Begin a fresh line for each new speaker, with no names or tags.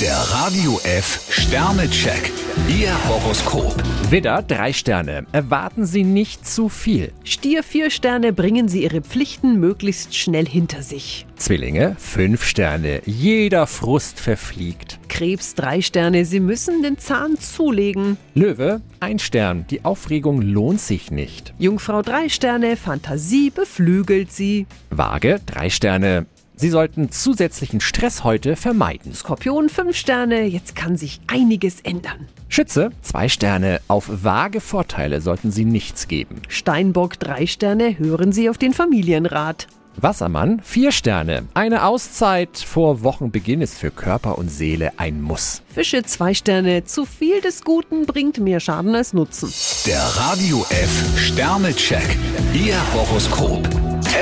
Der Radio F Sternecheck. Ihr Horoskop.
Widder, drei Sterne. Erwarten Sie nicht zu viel.
Stier vier Sterne bringen Sie Ihre Pflichten möglichst schnell hinter sich.
Zwillinge, fünf Sterne. Jeder Frust verfliegt.
Krebs drei Sterne, Sie müssen den Zahn zulegen.
Löwe, ein Stern. Die Aufregung lohnt sich nicht.
Jungfrau drei Sterne, Fantasie beflügelt Sie.
Waage, drei Sterne. Sie sollten zusätzlichen Stress heute vermeiden.
Skorpion fünf Sterne, jetzt kann sich einiges ändern.
Schütze, zwei Sterne. Auf vage Vorteile sollten Sie nichts geben.
Steinbock drei Sterne, hören Sie auf den Familienrat.
Wassermann, vier Sterne. Eine Auszeit vor Wochenbeginn ist für Körper und Seele ein Muss.
Fische zwei Sterne, zu viel des Guten bringt mehr Schaden als Nutzen.
Der Radio F Sternecheck. Ihr Horoskop.